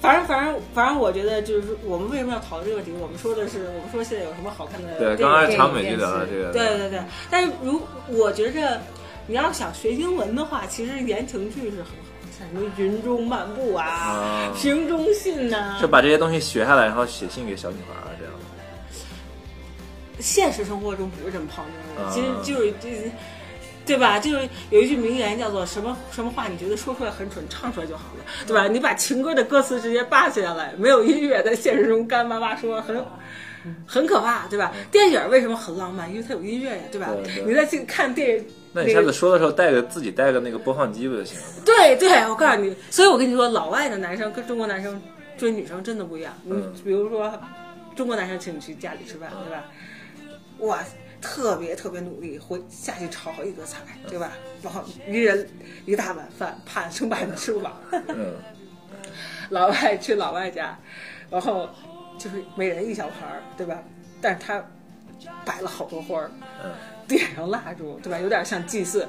[SPEAKER 2] 反正反正反正，我觉得就是说我们为什么要讨论这个问题？我们说的是，我们说现在有什么好看的
[SPEAKER 1] 对，
[SPEAKER 2] 电影
[SPEAKER 1] 刚开始长美就聊到这个，
[SPEAKER 2] 对对对，但是如我觉着你要想学英文的话，其实言情剧是很好的，像什么《云中漫步》啊，
[SPEAKER 1] 啊，
[SPEAKER 2] 《瓶中信》啊呐
[SPEAKER 1] 就，把这些东西学下来，然后写信给小女孩啊儿这样。
[SPEAKER 2] 现实生活中不是这么泡妞的，
[SPEAKER 1] 啊
[SPEAKER 2] 其实就是这。对吧？就是有一句名言叫做什么什么话，你觉得说出来很蠢，唱出来就好了，对吧？你把情歌的歌词直接扒下来，没有音乐，在现实中干巴巴说，
[SPEAKER 1] 啊
[SPEAKER 2] 很很可怕，对吧？电影为什么很浪漫？因为它有音乐呀，对吧？
[SPEAKER 1] 对对
[SPEAKER 2] 你在去看电影，
[SPEAKER 1] 那你
[SPEAKER 2] 那
[SPEAKER 1] 下
[SPEAKER 2] 个
[SPEAKER 1] 次说的时候带个自己带个那个播放机不就行了
[SPEAKER 2] *laughs*
[SPEAKER 1] 吗？
[SPEAKER 2] 对对，我告诉你，所以我跟你说，老外的男生跟中国男生追女生真的不一样。你
[SPEAKER 1] 嗯
[SPEAKER 2] 比如说，中国男生请你去家里吃饭，对吧？
[SPEAKER 1] 嗯
[SPEAKER 2] 哇，特别特别努力，回下去炒好一桌菜，对吧？然后一人一大碗饭，怕成把你吃不饱。
[SPEAKER 1] 嗯，
[SPEAKER 2] *laughs* 老外去老外家，然后就是每人一小盘儿，对吧？但是他摆了好多花儿，
[SPEAKER 1] 嗯
[SPEAKER 2] 点上蜡烛，对吧？有点像祭
[SPEAKER 1] *laughs*
[SPEAKER 2] 祀。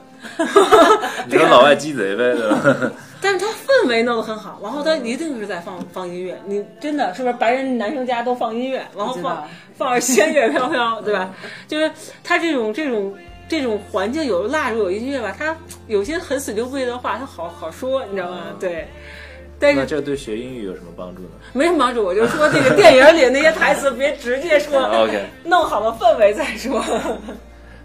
[SPEAKER 1] 你说老外鸡贼呗，对吧？ *laughs*
[SPEAKER 2] 但是它氛围弄得很好，然后
[SPEAKER 1] 嗯
[SPEAKER 2] 它一定是在放放音乐，你真的是不是白人男生家都放音乐，然后
[SPEAKER 3] 不知
[SPEAKER 2] 放
[SPEAKER 3] 道
[SPEAKER 2] 放着仙乐飘飘，对吧？
[SPEAKER 1] 嗯
[SPEAKER 2] 就是它这种这种这种环境有蜡烛有音乐吧，它有些很死记不背的话，它好好说，你知道吗？对。但
[SPEAKER 1] 嗯那
[SPEAKER 2] 是
[SPEAKER 1] 这个对学英语有什么帮助呢？
[SPEAKER 2] 没什么帮助，我就说这个电影里那些台词别直接说
[SPEAKER 1] *laughs* OK
[SPEAKER 2] 弄好了氛围再
[SPEAKER 1] *laughs*
[SPEAKER 2] 说。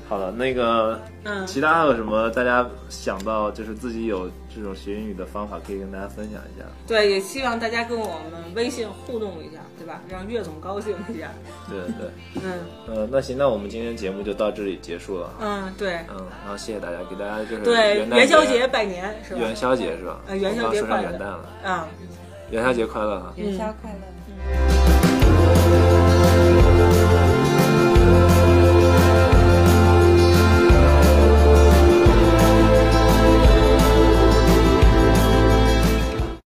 [SPEAKER 1] 好了，那个
[SPEAKER 2] 嗯，
[SPEAKER 1] 其他还有什么大家想到就是自己有这种学英语的方法，可以跟大家分享一下。
[SPEAKER 2] 对，也希望大家跟我们微信互动一下，对吧？让岳总高兴一下。
[SPEAKER 1] 对对，
[SPEAKER 2] 嗯
[SPEAKER 1] 呃，那行，那我们今天节目就到这里结束了。
[SPEAKER 2] 嗯，对。
[SPEAKER 1] 嗯，然后谢谢大家，给大家就是
[SPEAKER 2] 对，
[SPEAKER 1] 元旦
[SPEAKER 2] 元宵节拜年是吧？
[SPEAKER 1] 元宵节是吧？
[SPEAKER 2] 呃元宵节
[SPEAKER 1] 我刚说上
[SPEAKER 2] 快乐
[SPEAKER 1] 元旦了，
[SPEAKER 2] 啊，
[SPEAKER 3] 嗯
[SPEAKER 1] 元宵节快乐啊！
[SPEAKER 3] 元宵快乐。